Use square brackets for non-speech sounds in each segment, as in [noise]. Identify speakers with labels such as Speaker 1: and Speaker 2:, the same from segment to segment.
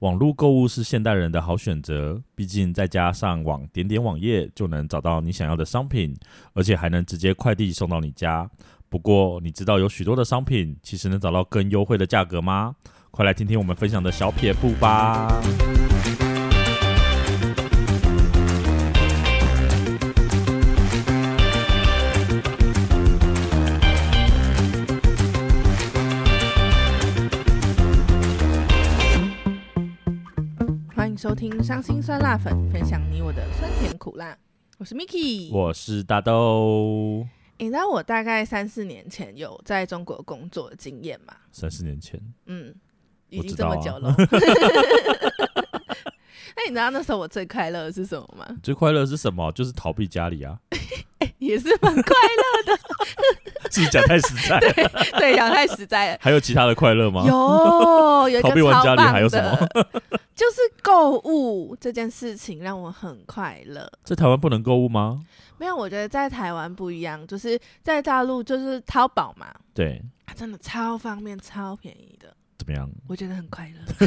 Speaker 1: 网络购物是现代人的好选择，毕竟在家上网点点网页就能找到你想要的商品，而且还能直接快递送到你家。不过，你知道有许多的商品其实能找到更优惠的价格吗？快来听听我们分享的小撇步吧。
Speaker 2: 欢迎收听《伤心酸辣粉》，分享你我的酸甜苦辣。我是 Miki。
Speaker 1: 我是大豆，
Speaker 2: 你知道我大概三四年前有在中国工作的经验吗？
Speaker 1: 三四年前，
Speaker 2: 嗯，已
Speaker 1: 我
Speaker 2: 经
Speaker 1: 知
Speaker 2: 这
Speaker 1: 道啊
Speaker 2: 么
Speaker 1: [laughs]
Speaker 2: 久了。那你知道那时候我最快乐的是什么吗？ [laughs]
Speaker 1: 最快乐是什么？就是逃避家里啊， [laughs]
Speaker 2: 也是蛮快
Speaker 1: 是不是讲太实在？
Speaker 2: 乐， [laughs] 对，讲太实在了。
Speaker 1: 还有其他的快乐吗？
Speaker 2: 有有一
Speaker 1: 逃
Speaker 2: 个
Speaker 1: 避玩家里
Speaker 2: 超棒
Speaker 1: 还有什么
Speaker 2: 的， [laughs] 就是购物这件事情让我很快乐。
Speaker 1: 在台湾不能购物吗？
Speaker 2: 没有，我觉得在台湾不一样，就是在大陆就是淘宝嘛，
Speaker 1: 对，
Speaker 2: 啊真的超方便、超便宜的，
Speaker 1: 怎么样？
Speaker 2: 我觉得很快乐。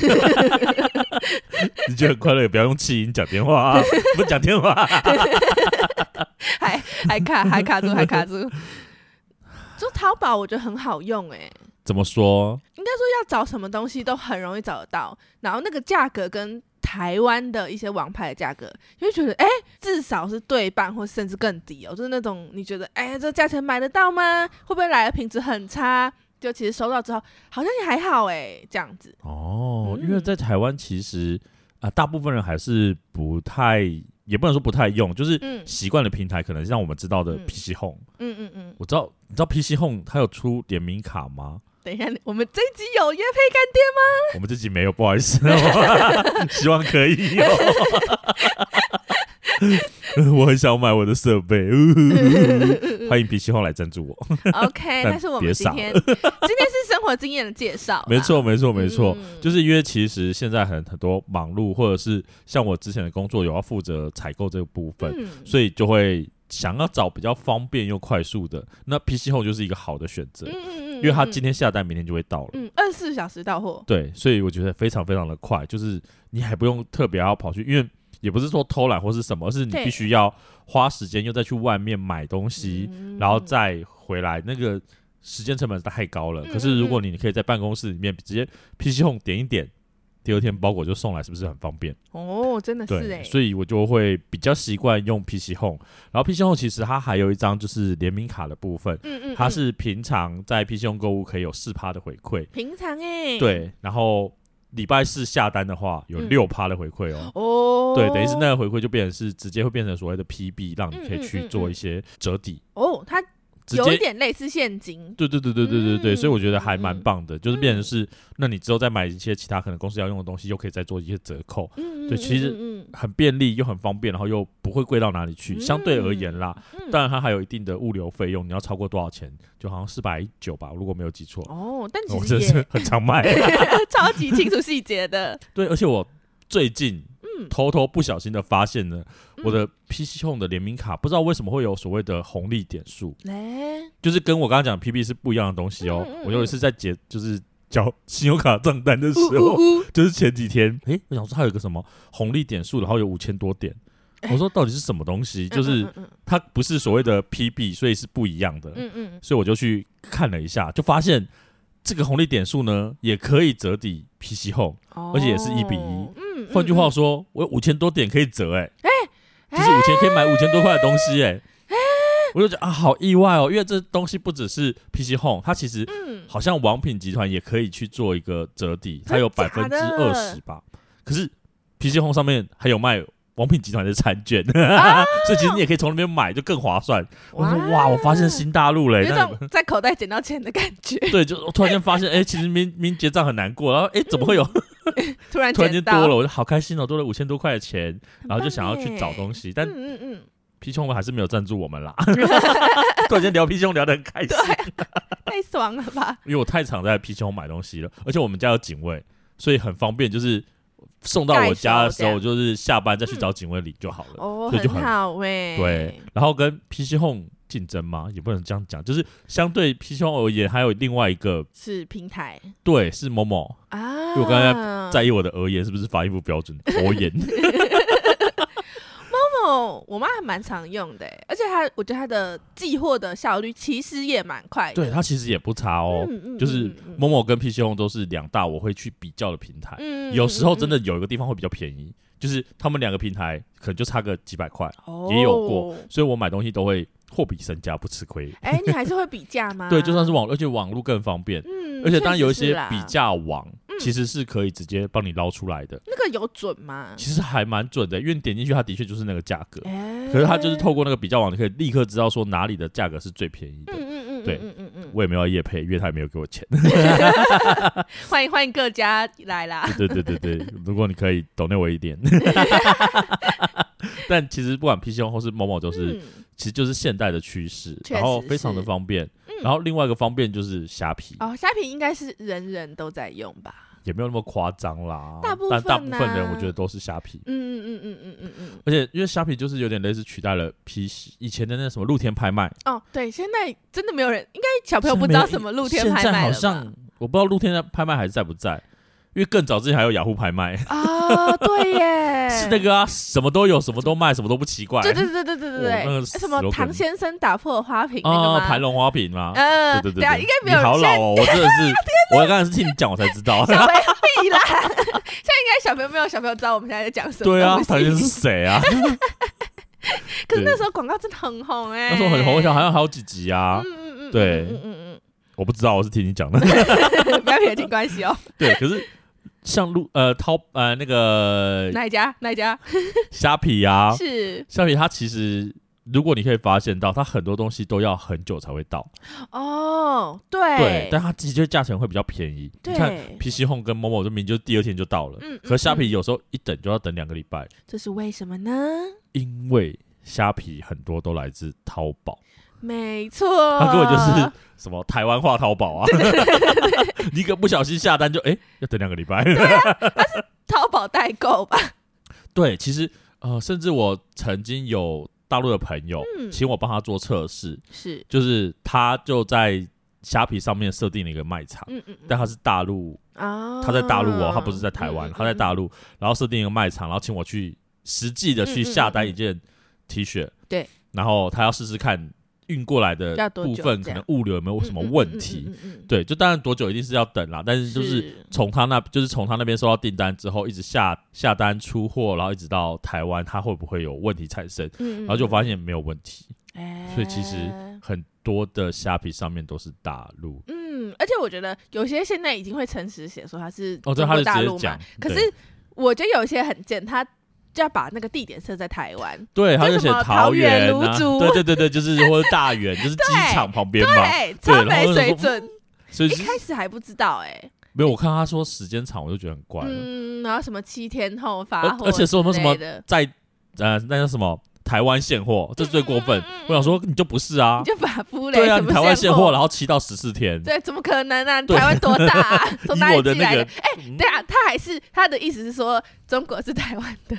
Speaker 1: 你觉得很快乐，也不要用气音讲电话啊，不讲电话、
Speaker 2: 还 [laughs] 还卡还卡住还卡住。 [laughs] 就淘宝我觉得很好用哎、
Speaker 1: 怎么说？
Speaker 2: 要找什么东西都很容易找得到，然后那个价格跟台湾的一些网拍的价格，就会觉得哎、至少是对半或甚至更低哦，就是那种你觉得哎、这价钱买得到吗？会不会来的品质很差？就其实收到之后好像也还好哎、这样子。
Speaker 1: 哦，
Speaker 2: 嗯
Speaker 1: 因为在台湾其实啊、大部分人还是不太，也不能说不太用，就是
Speaker 2: 嗯
Speaker 1: 习惯的平台，可能像我们知道的
Speaker 2: 嗯
Speaker 1: PC Home。
Speaker 2: 嗯嗯嗯，
Speaker 1: 我知道，你知道 PC Home 它有出联名卡
Speaker 2: [laughs]
Speaker 1: 吗？
Speaker 2: 等一下，我们这一集有约配干爹吗？
Speaker 1: 我们自己没有，不好意思， [laughs] 希望可以哦。 [laughs] 我很想买我的设
Speaker 2: [laughs]
Speaker 1: 备，欢迎 PC Home 来赞助我。
Speaker 2: OK，
Speaker 1: [laughs] 但
Speaker 2: 但是我
Speaker 1: 别
Speaker 2: 们今
Speaker 1: 傻
Speaker 2: 天今天是生活经验的介绍啦，
Speaker 1: 没错，没错，没错，
Speaker 2: 嗯
Speaker 1: 就是因为其实现在很很多忙碌，或者是像我之前的工作有要负责采购这个部分，
Speaker 2: 嗯
Speaker 1: 所以就会想要找比较方便又快速的。那 PC Home 就是一个好的选择，
Speaker 2: 嗯嗯
Speaker 1: 因
Speaker 2: 嗯，
Speaker 1: 为它
Speaker 2: 嗯
Speaker 1: 今天下单，明天就会到了。
Speaker 2: 嗯二十四小时到货，
Speaker 1: 对，所以我觉得非常非常的快，就是你还不用特别要跑去，因为也不是说偷懒或是什么，而是你
Speaker 2: 对
Speaker 1: 必须要花时间又再去外面买东西，
Speaker 2: 嗯
Speaker 1: 然后再回来，那个时间成本太高了。
Speaker 2: 嗯
Speaker 1: 可是如果你可以在办公室里面直接 PC Home 点一点，第二天包裹就送来，是不是很方便？
Speaker 2: 哦，真的是
Speaker 1: 对，
Speaker 2: 哎，
Speaker 1: 所以我就会比较习惯用 PC Home。然后 PC Home 其实它还有一张就是联名卡的部分，
Speaker 2: 嗯嗯，
Speaker 1: 它
Speaker 2: 嗯
Speaker 1: 是平常在 PC Home 购物可以有四趴的回馈，
Speaker 2: 平常哎，，
Speaker 1: 对，然后礼拜四下单的话有
Speaker 2: 嗯
Speaker 1: 六趴的回馈哦。
Speaker 2: 哦，
Speaker 1: 对，等于是那个回馈就变成是直接会变成所谓的 PB，让
Speaker 2: 嗯
Speaker 1: 你可以去做一些折抵，
Speaker 2: 哦，它
Speaker 1: 直
Speaker 2: 有
Speaker 1: 接
Speaker 2: 一点类似现金，
Speaker 1: 对对对对对对对，
Speaker 2: 嗯
Speaker 1: 所以我觉得还蛮
Speaker 2: 嗯
Speaker 1: 棒的，就是变成是，那你之后再买一些其他可能公司要用的东西，又可以再做一些折扣，
Speaker 2: 嗯，嗯
Speaker 1: 对
Speaker 2: 嗯
Speaker 1: 其实
Speaker 2: 嗯
Speaker 1: 很便利又很方便，然后又不会贵到哪里去，
Speaker 2: 嗯
Speaker 1: 相对而言啦。
Speaker 2: 嗯
Speaker 1: 当然，它还有一定的物流费用，你要超过多少钱？就好像四百九吧，如果没有记错。
Speaker 2: 哦，但
Speaker 1: [laughs] 我
Speaker 2: 其
Speaker 1: 真
Speaker 2: 实
Speaker 1: 的是
Speaker 2: 也
Speaker 1: 很常卖。
Speaker 2: [laughs] 超级清楚细节的，
Speaker 1: 对，而且我最近
Speaker 2: 嗯，
Speaker 1: 偷偷不小心的发现呢，
Speaker 2: 嗯
Speaker 1: 我的 PC Home 的联名卡不知道为什么会有所谓的红利点数，
Speaker 2: 来，
Speaker 1: 就是跟我刚刚讲的 PB 是不一样的东西哦。
Speaker 2: 嗯嗯嗯
Speaker 1: 我有一次在结就是缴信用卡账单的时
Speaker 2: 呜
Speaker 1: 候，
Speaker 2: 呜呜，
Speaker 1: 就是前几天，诶，我想说它有一个什么红利点数，然后有五千多点。我说到底是什么东西？就是
Speaker 2: 嗯嗯
Speaker 1: 它不是所谓的 PB，所以是不一样的。
Speaker 2: 嗯嗯嗯，
Speaker 1: 所以我就去看了一下，就发现这个红利点数呢，也可以折抵 PC Home。
Speaker 2: 哦
Speaker 1: 而且也是一比一
Speaker 2: 嗯，嗯
Speaker 1: 换句话，说，我有五千多点可以折、欸，就是
Speaker 2: 嗯
Speaker 1: 五千可以买五千多块的东西、欸，我就觉得啊，好意外哦，因为这东西不只是 PC Home，它其实
Speaker 2: 嗯，
Speaker 1: 好像王品集团也可以去做一个折抵，它有百分
Speaker 2: 真假
Speaker 1: 之
Speaker 2: 的
Speaker 1: 二十吧。可是 PC Home 上面还有卖王品集团的餐券，
Speaker 2: 哦
Speaker 1: [laughs] 所以其实你也可以从那边买，就更划算。我说哇，我发现新大陆嘞、
Speaker 2: 有
Speaker 1: 欸，
Speaker 2: 一
Speaker 1: 那你
Speaker 2: 种在口袋捡到钱的感觉， [laughs]
Speaker 1: 对，就我突然间发现，哎、其实明明结账很难过，然后哎、怎么会
Speaker 2: [laughs]
Speaker 1: 有
Speaker 2: 突然
Speaker 1: 突然
Speaker 2: 捡
Speaker 1: 间
Speaker 2: 到
Speaker 1: 多了，，我就好开心哦，多了五千多块钱，然后就想要去找
Speaker 2: 西，
Speaker 1: 东西，但
Speaker 2: 嗯嗯嗯，
Speaker 1: 皮熊还是没有赞助我们
Speaker 2: [laughs]
Speaker 1: 啦。 [laughs] 突然间聊皮熊聊得很开心
Speaker 2: 对，太爽了
Speaker 1: [laughs]
Speaker 2: 吧？
Speaker 1: 因为我太常在皮熊买东西了，而且我们家有警卫，所以很方便，就是送到我家的时
Speaker 2: 代
Speaker 1: 候，
Speaker 2: 收
Speaker 1: 就是下班再去找警卫领就好了。
Speaker 2: 嗯哦，
Speaker 1: 所以就
Speaker 2: 很
Speaker 1: 很
Speaker 2: 好哎，
Speaker 1: 对，然后跟 PC Home 竞争吗？也不能这样讲，就是相对 P 胸而言，还有另外一个
Speaker 2: 是平台
Speaker 1: 对是某某
Speaker 2: 啊。
Speaker 1: 因为我刚才在意我的额言是不是发音不标准，佛
Speaker 2: [laughs]
Speaker 1: 言
Speaker 2: Momo，我妈还蛮常用的欸，而且她我觉得她的寄货的效率其实也蛮快的。
Speaker 1: 对它其实也不差哦。
Speaker 2: 嗯
Speaker 1: 就是
Speaker 2: 嗯
Speaker 1: 某某跟 P 胸都是两大我会去比较的平台，[laughs]
Speaker 2: 嗯
Speaker 1: 有时候真
Speaker 2: 的
Speaker 1: 的有一个地方会比较便宜，就是他们两个平台可能就差个几百块，
Speaker 2: 嗯
Speaker 1: 也有过。所以我买东西都会货比三家，不吃亏。
Speaker 2: 哦哎，你还是会比价吗？
Speaker 1: [laughs] 对，就算是网，而且网络更方便，
Speaker 2: 嗯，
Speaker 1: 而且当然有一
Speaker 2: 确实
Speaker 1: 些
Speaker 2: 啦
Speaker 1: 比价网其实是可以直接帮你捞出来的，
Speaker 2: 那个有准吗？
Speaker 1: 其实还蛮准的，因为你点进去它的确就是那个价格，
Speaker 2: 哎
Speaker 1: 可是它就是透过那个比较网，你可以立刻知道说哪里的价格是最便宜
Speaker 2: 嗯
Speaker 1: 的。
Speaker 2: 嗯嗯，
Speaker 1: 对
Speaker 2: 嗯嗯嗯嗯，
Speaker 1: 我也没有夜配，因为他也没有给我钱。
Speaker 2: 欢迎欢迎各家来啦。
Speaker 1: 对对对对，如果你可以懂内我一点，但其实不管 P C 或是某某，都是、
Speaker 2: 嗯
Speaker 1: 其实就是现代的趋势，
Speaker 2: 确
Speaker 1: 然后
Speaker 2: 实
Speaker 1: 非常的
Speaker 2: 是
Speaker 1: 方便。
Speaker 2: 嗯
Speaker 1: 然后另外一个方便就是虾皮，
Speaker 2: 哦，虾皮应该是人人都在用吧？
Speaker 1: 也没有那么夸张啦。
Speaker 2: 大部
Speaker 1: 但大部
Speaker 2: 分
Speaker 1: 分人
Speaker 2: 啊
Speaker 1: 我觉得都是虾皮，
Speaker 2: 嗯嗯嗯嗯嗯嗯
Speaker 1: 而且因为虾皮就是有点类似取代了 P 以前的那什么露天拍卖，
Speaker 2: 嗯。哦，对，现在真的没有人，应该小朋友
Speaker 1: 现在
Speaker 2: 不知
Speaker 1: 没有
Speaker 2: 道什么露天
Speaker 1: 现
Speaker 2: 拍
Speaker 1: 在
Speaker 2: 卖
Speaker 1: 好
Speaker 2: 了吧？
Speaker 1: 像我不知道露天拍卖还在不在，因为更早之前还有雅虎拍
Speaker 2: [laughs]
Speaker 1: 卖，
Speaker 2: 啊，对耶，
Speaker 1: 是那个啊，什么都有，什么都卖，什么都不奇怪。
Speaker 2: 对对对对对
Speaker 1: 我那
Speaker 2: 对对，
Speaker 1: 个
Speaker 2: 什么
Speaker 1: slogan
Speaker 2: 唐先生打破花瓶那个
Speaker 1: 啊，
Speaker 2: 吗？
Speaker 1: 盘龙花瓶吗？
Speaker 2: 嗯，
Speaker 1: 对对
Speaker 2: 等下
Speaker 1: 对，
Speaker 2: 应该没有
Speaker 1: 你
Speaker 2: 人。
Speaker 1: 好
Speaker 2: 现在
Speaker 1: 老哦，我真的是，我刚才是听你讲我才知
Speaker 2: [laughs]
Speaker 1: 道。
Speaker 2: 小朋友必啦，现在应该小朋友没有小朋友知道我们现在在讲什么。
Speaker 1: 对啊，唐先生是谁啊？
Speaker 2: 可是那时候广告真的很红哎、
Speaker 1: 那时候很红，我想好像好几集啊
Speaker 2: 嗯，嗯嗯，
Speaker 1: 对
Speaker 2: 嗯嗯
Speaker 1: 我不知道，我是听你讲的。
Speaker 2: 嗯，不要撇清关系哦。
Speaker 1: 对，可是像路呃淘呃那个
Speaker 2: 哪一家？哪一家？
Speaker 1: 虾皮啊，
Speaker 2: 是
Speaker 1: 虾皮它其实如果你可以发现到，它很多东西都要很久才会到，
Speaker 2: 哦，对
Speaker 1: 对，但它的确价钱会比较便宜。你看
Speaker 2: 对
Speaker 1: PC Home 跟某某这明明就第二天就到了，
Speaker 2: 嗯嗯嗯
Speaker 1: 可虾皮有时候一等就要等两个礼拜，
Speaker 2: 这是为什么呢？
Speaker 1: 因为虾皮很多都来自淘宝，
Speaker 2: 没错，
Speaker 1: 它根本就是什么台湾话淘宝啊， [laughs] 你一个不小心下单就哎、要等两个礼拜。 [laughs]
Speaker 2: 淘宝代购吧？
Speaker 1: 对，其实呃，甚至我曾经有大陆的朋友、
Speaker 2: 嗯
Speaker 1: 请我帮他做测试，
Speaker 2: 是，
Speaker 1: 就是他就在虾皮上面设定了一个卖场，
Speaker 2: 嗯嗯
Speaker 1: 但他是大陆，
Speaker 2: 啊
Speaker 1: 他在大陆哦，他不是在台湾，他在
Speaker 2: 陆，
Speaker 1: 大陆，然后设定一个卖场，然后请我去实际的去
Speaker 2: 嗯嗯
Speaker 1: 下单
Speaker 2: 嗯
Speaker 1: 一件 T 恤，
Speaker 2: 对，
Speaker 1: 然后他要试试看运过来的
Speaker 2: 要多
Speaker 1: 部
Speaker 2: 久
Speaker 1: 分
Speaker 2: 这
Speaker 1: 可能
Speaker 2: 样
Speaker 1: 物流有没有什么问题，
Speaker 2: 嗯？嗯嗯嗯嗯嗯
Speaker 1: 对，就当然多久一定是要等啦，但是就是
Speaker 2: 嗯
Speaker 1: 从他那，就是从他那边收到订单之后，一直下下单出货，然后一直到台湾，他会不会有问题产生？
Speaker 2: 嗯，
Speaker 1: 然后就发现没有问题，
Speaker 2: 现
Speaker 1: 所以其实很多的虾皮上面都是大陆。
Speaker 2: 嗯，而且我觉得有些现在已经会诚实写说他是
Speaker 1: 哦对
Speaker 2: 中
Speaker 1: 他
Speaker 2: 国
Speaker 1: 就
Speaker 2: 大
Speaker 1: 直接
Speaker 2: 陆嘛
Speaker 1: 讲，
Speaker 2: 可
Speaker 1: 对
Speaker 2: 是我觉得有些很贱，他就要把那个地点设在台湾。
Speaker 1: 对，他
Speaker 2: 就
Speaker 1: 就
Speaker 2: 什
Speaker 1: 写
Speaker 2: 么桃
Speaker 1: 桃
Speaker 2: 园
Speaker 1: 园
Speaker 2: 芦
Speaker 1: 啊，[laughs]
Speaker 2: 竹
Speaker 1: 对对对对，就是或者大园，就是机场旁边嘛。
Speaker 2: 对，超
Speaker 1: 对然后
Speaker 2: 没
Speaker 1: 就
Speaker 2: 水
Speaker 1: 说
Speaker 2: 准。
Speaker 1: 所以
Speaker 2: 一
Speaker 1: 是
Speaker 2: 开始还不知道哎、
Speaker 1: 没有，我看他说时间长，我就觉得很怪了。
Speaker 2: 嗯，然后什么七天后发
Speaker 1: 而
Speaker 2: 货，
Speaker 1: 而且说什么什么
Speaker 2: 的，
Speaker 1: 在呃那叫什么台湾现货，这最过分
Speaker 2: 嗯嗯嗯嗯。
Speaker 1: 我想说你就不是啊
Speaker 2: 你，就把夫雷
Speaker 1: 对啊，
Speaker 2: 什
Speaker 1: 你
Speaker 2: 么
Speaker 1: 台湾现货，
Speaker 2: 货，
Speaker 1: 然后七到十四天。
Speaker 2: 对，怎么可能呢、
Speaker 1: 对
Speaker 2: 台湾多大、
Speaker 1: [laughs]
Speaker 2: 啊？从哪
Speaker 1: 以
Speaker 2: 里
Speaker 1: 我的
Speaker 2: 寄来
Speaker 1: 那
Speaker 2: 的？
Speaker 1: 个
Speaker 2: 哎、，
Speaker 1: 嗯
Speaker 2: 对啊，他还是他的意思是说，中国是台湾的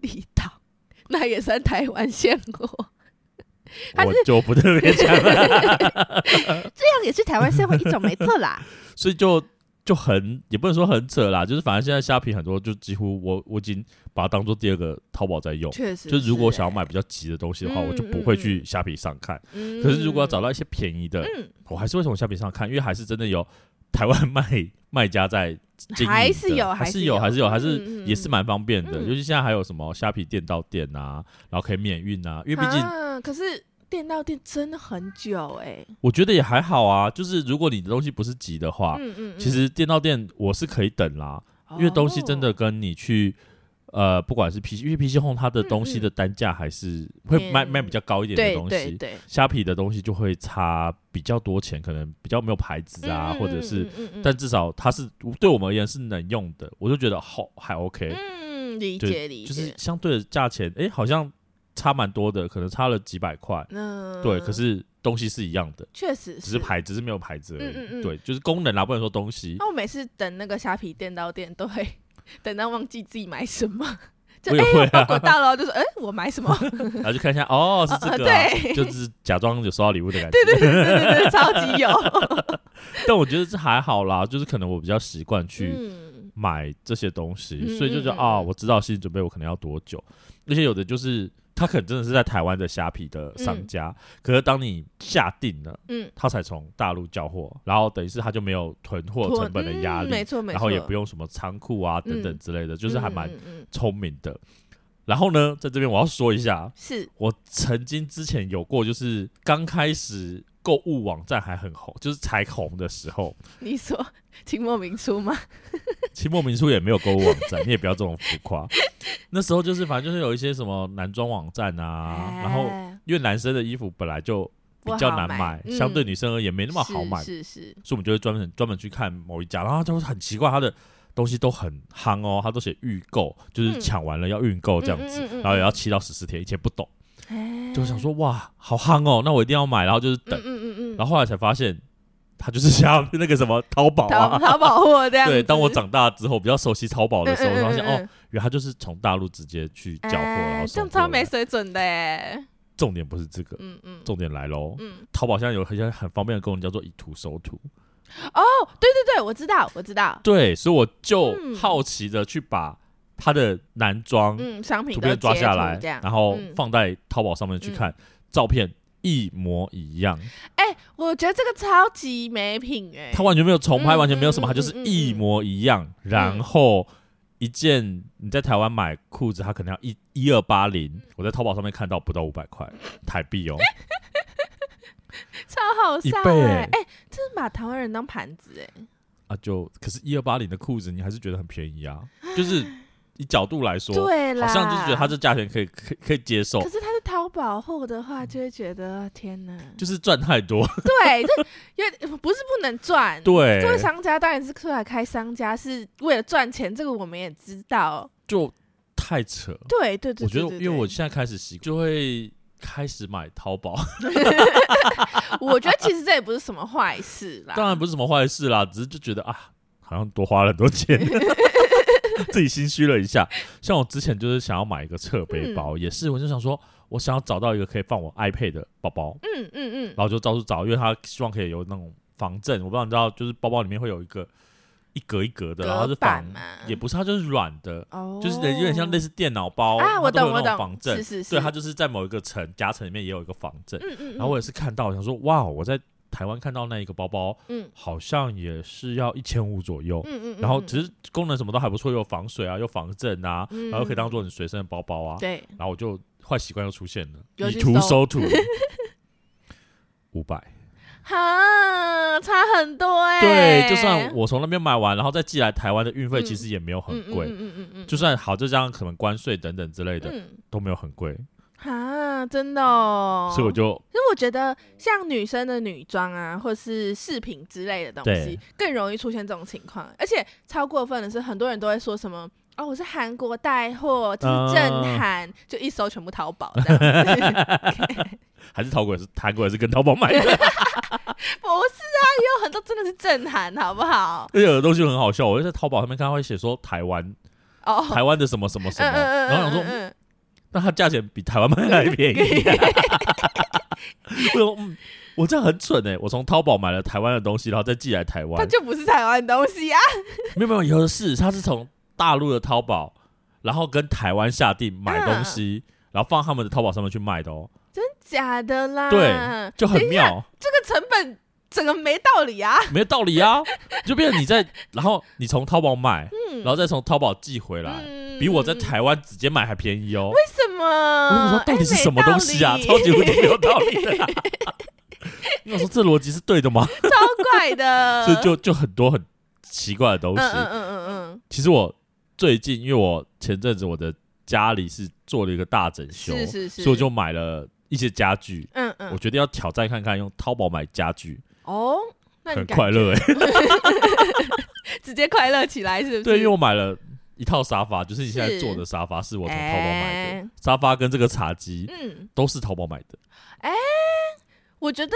Speaker 2: 离岛， [laughs] 那也算台湾现货，
Speaker 1: [laughs]
Speaker 2: 还
Speaker 1: 我
Speaker 2: 是
Speaker 1: 就不特别讲了，
Speaker 2: 这样也是台湾现货一种，没错啦。
Speaker 1: [laughs] 所以就就很也不能说很扯啦，就是反正现在虾皮很多就几乎我我已经把它当做第二个淘宝在用。
Speaker 2: [laughs] 确实，
Speaker 1: 就如果想要买比较急的东西的话，
Speaker 2: 嗯
Speaker 1: 我就不会去虾皮上看。
Speaker 2: 嗯，
Speaker 1: 可是如果要找到一些便宜的，
Speaker 2: 嗯，
Speaker 1: 我还是会从虾皮上看，因为还是真的有台湾卖卖家在经营的，
Speaker 2: 还是有
Speaker 1: 还
Speaker 2: 是
Speaker 1: 是有，还是有，还
Speaker 2: 嗯
Speaker 1: 是
Speaker 2: 嗯
Speaker 1: 也是蛮方便的。
Speaker 2: 嗯
Speaker 1: 尤其现在还有什么虾皮店到店啊，然后可以免运啊，因为毕竟
Speaker 2: 啊，可是店到店真的很久哎、
Speaker 1: 我觉得也还好啊，就是如果你的东西不是急的话，
Speaker 2: 嗯嗯，嗯
Speaker 1: 啊其实店到店我是可以等啦，因为东西真的
Speaker 2: 哦
Speaker 1: 跟你去。呃，不管是 PC，因为 PC Home 它的东西的单价还是会卖、
Speaker 2: 嗯
Speaker 1: 卖比较高一点的
Speaker 2: 对
Speaker 1: 东
Speaker 2: 嗯哦对
Speaker 1: 西，
Speaker 2: 对
Speaker 1: 虾皮的东西就会差比较多钱，可能比较没有牌子啊，
Speaker 2: 嗯
Speaker 1: 或者是，
Speaker 2: 嗯嗯嗯嗯
Speaker 1: 但至少它是对我们而言是能用的，我就觉得好还 OK，、
Speaker 2: 嗯，理
Speaker 1: 对
Speaker 2: 解理
Speaker 1: 就是
Speaker 2: 解，
Speaker 1: 相对的价钱，诶，好像差蛮多的，可能差了几百块，
Speaker 2: 嗯，
Speaker 1: 对，可是东西是一样的。
Speaker 2: [laughs] 确实
Speaker 1: 只是。牌，只是没有牌子而已。
Speaker 2: 嗯嗯嗯哦
Speaker 1: 对，就是功能啊啦，不能说东西。 [laughs]
Speaker 2: 那我每次等那个虾皮店到店，都会等到忘记自己买什么，
Speaker 1: 我
Speaker 2: 就
Speaker 1: 也
Speaker 2: 哎，
Speaker 1: 会
Speaker 2: 我
Speaker 1: 啊
Speaker 2: 包裹到了，就说哎，我买什么？
Speaker 1: 然后 [laughs] 就看一下，哦，是这个、啊，
Speaker 2: 对
Speaker 1: 就是假装有收到礼物的感觉。
Speaker 2: [laughs] 对对对对对对，超级有。
Speaker 1: 但我觉得这还好啦，就是可能我比较习惯 [laughs] 去
Speaker 2: 嗯，
Speaker 1: 买这些东西，
Speaker 2: 嗯
Speaker 1: 所以就觉得
Speaker 2: 嗯嗯
Speaker 1: 啊、
Speaker 2: 嗯
Speaker 1: 我知道心理准备我可能要多久。而且有的就是他可能真的是在台湾的虾皮的商家，可是当你下定了，
Speaker 2: 嗯，
Speaker 1: 他才从大陆交货，然后等于是他就没有囤货
Speaker 2: 妥
Speaker 1: 成本的压
Speaker 2: 嗯
Speaker 1: 力，
Speaker 2: 没错没错，
Speaker 1: 然后也不用什么仓库啊等等之类的，就是还蛮
Speaker 2: 嗯嗯嗯
Speaker 1: 聪明的。然后呢，在这边我要说一下，
Speaker 2: 是
Speaker 1: 我曾经之前有过，就是刚开始购物网站还很红，就是才红的时候，
Speaker 2: 你说清末明初吗？
Speaker 1: 清末民初也没有购物网站，你也不要这种浮夸。那时候就是反正就是有一些什么男装网站啊，然后
Speaker 2: 哎
Speaker 1: 因为男生的衣服本来就比较难
Speaker 2: 不好买嗯
Speaker 1: 相对女生而言没那么好买，
Speaker 2: 是是
Speaker 1: 所以我们就会专门专门去看某一家，然后就会很奇怪，他的东西都很夯哦，他都写预购，就是
Speaker 2: 嗯
Speaker 1: 抢完了要运购这样子，
Speaker 2: 嗯嗯嗯嗯
Speaker 1: 然后也要七到十四天，以前不懂，
Speaker 2: 是，哎
Speaker 1: 就想说哇，好夯哦，那我一定要买，然后就是
Speaker 2: 嗯
Speaker 1: 等，
Speaker 2: 嗯嗯嗯，
Speaker 1: 然后后来才发现，他就是像那个什么淘宝
Speaker 2: 淘
Speaker 1: 啊。
Speaker 2: 淘宝货这样子。
Speaker 1: 对，当我长大之后比较熟悉淘宝的时候，
Speaker 2: 嗯嗯嗯
Speaker 1: 发现
Speaker 2: 嗯
Speaker 1: 哦，原来他就是从大陆直接去交货，然后
Speaker 2: 哎
Speaker 1: 送
Speaker 2: 这样
Speaker 1: 过
Speaker 2: 超没
Speaker 1: 来
Speaker 2: 水准的哎，
Speaker 1: 重点不是这个，
Speaker 2: 嗯嗯，
Speaker 1: 重点来喽。
Speaker 2: 嗯，
Speaker 1: 淘宝现在有很很方便的功能叫做以图搜图，
Speaker 2: 哦对对，我知道我知道，
Speaker 1: 对，所以我就
Speaker 2: 嗯
Speaker 1: 好奇的去把他的男装
Speaker 2: 嗯，商品
Speaker 1: 图
Speaker 2: 都
Speaker 1: 片抓
Speaker 2: 截
Speaker 1: 下
Speaker 2: 图
Speaker 1: 来
Speaker 2: 这样，
Speaker 1: 然后
Speaker 2: 嗯
Speaker 1: 放在淘宝上面去看，照片一模一样，
Speaker 2: 哎、我觉得这个超级没品哎、
Speaker 1: 他完全没有重拍，
Speaker 2: 嗯
Speaker 1: 完全没有什么，
Speaker 2: 嗯
Speaker 1: 他就是
Speaker 2: 嗯嗯
Speaker 1: 一模一样。然后一件你在台湾买裤子，它可能要一一二八
Speaker 2: 嗯
Speaker 1: 零，我在淘宝上面看到不到五百块台币
Speaker 2: [laughs]
Speaker 1: 哦，
Speaker 2: 超好笑
Speaker 1: 一倍
Speaker 2: 哎、
Speaker 1: 哎
Speaker 2: 哎、这是把台湾人当盘子哎、
Speaker 1: 啊就可是一二八零的裤子，你还是觉得很便宜啊，就是以角度来说，
Speaker 2: 对
Speaker 1: 啊好
Speaker 2: 啦，
Speaker 1: 像就是觉得它这价钱可以可以可以接受
Speaker 2: 可。是他是淘宝货的话，就会觉得
Speaker 1: [laughs]
Speaker 2: 天哪，
Speaker 1: 就是赚太多，
Speaker 2: 对，这因为不是不能赚，
Speaker 1: [laughs] 对，
Speaker 2: 作为商家当然是出来开商家，是为了赚钱，这个我们也知道。
Speaker 1: 就太扯。
Speaker 2: 对对对
Speaker 1: 我觉得，
Speaker 2: 对对
Speaker 1: 因为
Speaker 2: 对
Speaker 1: 我现在开始习，就会开始买淘
Speaker 2: [laughs]
Speaker 1: 宝。
Speaker 2: 我觉得其实这也不是什么坏事啦。
Speaker 1: [laughs] 当然不是什么坏事啦，只是就觉得啊，好像多花了很多
Speaker 2: [laughs]
Speaker 1: 钱，自己心虚了一下。像我之前就是想要买一个侧背
Speaker 2: 嗯
Speaker 1: 包，也是我就想说，我想要找到一个可以放我 iPad 的包包，
Speaker 2: 嗯嗯
Speaker 1: 然后就到处找，因为他希望可以有那种防震，我不知道你知道，就是包包里面会有一个一格一格的，
Speaker 2: 嗯，
Speaker 1: 然后它是
Speaker 2: 隔
Speaker 1: 防
Speaker 2: 板，嘛，
Speaker 1: 也不是，它就是软的，
Speaker 2: 哦，
Speaker 1: 就是有点像类似电脑包
Speaker 2: 啊，我
Speaker 1: 它都有
Speaker 2: 懂
Speaker 1: 那
Speaker 2: 我
Speaker 1: 种
Speaker 2: 懂，
Speaker 1: 防震
Speaker 2: 是，是是，
Speaker 1: 对，它就是在某一个层夹层里面也有一个防震。
Speaker 2: 嗯嗯，
Speaker 1: 然后我也是看到，想说哇，哦我在台湾看到那一个包包，
Speaker 2: 嗯
Speaker 1: 好像也是要一千五左右。
Speaker 2: 嗯嗯，
Speaker 1: 然后
Speaker 2: 嗯
Speaker 1: 其实功能什么都还不错，又有防水啊，又防震啊，
Speaker 2: 嗯
Speaker 1: 然后可以当做你随身的包包啊。
Speaker 2: 对，
Speaker 1: 然后我就坏习惯又出现了，
Speaker 2: 又
Speaker 1: 以
Speaker 2: 去
Speaker 1: 图
Speaker 2: 搜
Speaker 1: 搜
Speaker 2: [laughs]
Speaker 1: 图，五百。
Speaker 2: 哈，差很多哎、
Speaker 1: 对，就算我从那边买完，然后再寄来台湾的运费，
Speaker 2: 嗯
Speaker 1: 其实也没有很
Speaker 2: 嗯
Speaker 1: 贵。
Speaker 2: 嗯嗯嗯嗯，
Speaker 1: 就算好，就这样可能关税等等之类的、
Speaker 2: 嗯，
Speaker 1: 都没有很贵，
Speaker 2: 哈，真的哦，
Speaker 1: 所以我就
Speaker 2: 可是我觉得像女生的女装啊，或是饰品之类的东西
Speaker 1: 对，
Speaker 2: 更容易出现这种情况。而且超过分的是，很多人都会说什么。哦，我是韩国带货，就是
Speaker 1: 啊
Speaker 2: 正韩，就一搜全部淘宝这样 [laughs] 子
Speaker 1: 还是淘宝也是韩国也是跟淘宝买
Speaker 2: [laughs]
Speaker 1: 的，
Speaker 2: 不是啊，也有很多真的是正韩，好不好？
Speaker 1: 而且有的东西很好笑，我就在淘宝上面看，它会写说台湾
Speaker 2: 哦，
Speaker 1: 台湾的什么什么什么，然后想说
Speaker 2: 嗯
Speaker 1: 那它价钱比台湾卖还便
Speaker 2: [laughs]
Speaker 1: 宜、我说嗯，我这样很蠢哎、我从淘宝买了台湾的东西，然后再寄来台
Speaker 2: 它
Speaker 1: 湾。
Speaker 2: 就不是台湾东西啊，
Speaker 1: 没有没有，有的是，他是从大陆的淘宝，然后跟台湾下定买东西，
Speaker 2: 嗯
Speaker 1: 然后放他们的淘宝上面去卖的哦，
Speaker 2: 假的啦。嗯
Speaker 1: 对就很
Speaker 2: [laughs]
Speaker 1: 妙，
Speaker 2: 这个成本整个没道理啊。
Speaker 1: 没有道理啊。就变成你在，然后你从淘宝买，
Speaker 2: 嗯，
Speaker 1: 然后再从淘宝寄回来，啊
Speaker 2: 嗯
Speaker 1: 比我在
Speaker 2: 嗯
Speaker 1: 台湾直接买还便宜哦。
Speaker 2: 为什么？
Speaker 1: 我想说到底是
Speaker 2: 哎
Speaker 1: 什么东西啊？
Speaker 2: 没道
Speaker 1: 超
Speaker 2: 理
Speaker 1: 级无敌没有道理的、
Speaker 2: [laughs]
Speaker 1: 因为我说这逻辑是对的吗？
Speaker 2: 超怪
Speaker 1: [laughs]
Speaker 2: 的。
Speaker 1: 所以就就很多很奇怪的东
Speaker 2: 嗯
Speaker 1: 西。
Speaker 2: 嗯嗯嗯嗯，
Speaker 1: 其实我最近，因为我前阵子我的家里是做了一个大整修，
Speaker 2: 是是是，
Speaker 1: 所以我就买了一些家具。
Speaker 2: 嗯
Speaker 1: 我
Speaker 2: 嗯
Speaker 1: 决定要挑战看看，用淘宝买家具，
Speaker 2: 哦，那你
Speaker 1: 很
Speaker 2: 感
Speaker 1: 快乐哎、
Speaker 2: 直接快乐起来是不是？
Speaker 1: [laughs] 对，因为我买了一套沙发，就是你现在
Speaker 2: 是
Speaker 1: 坐的沙发，是我从淘宝买的。
Speaker 2: 哎
Speaker 1: 沙发跟这个茶几
Speaker 2: 嗯，
Speaker 1: 都是淘宝买的，
Speaker 2: 我觉得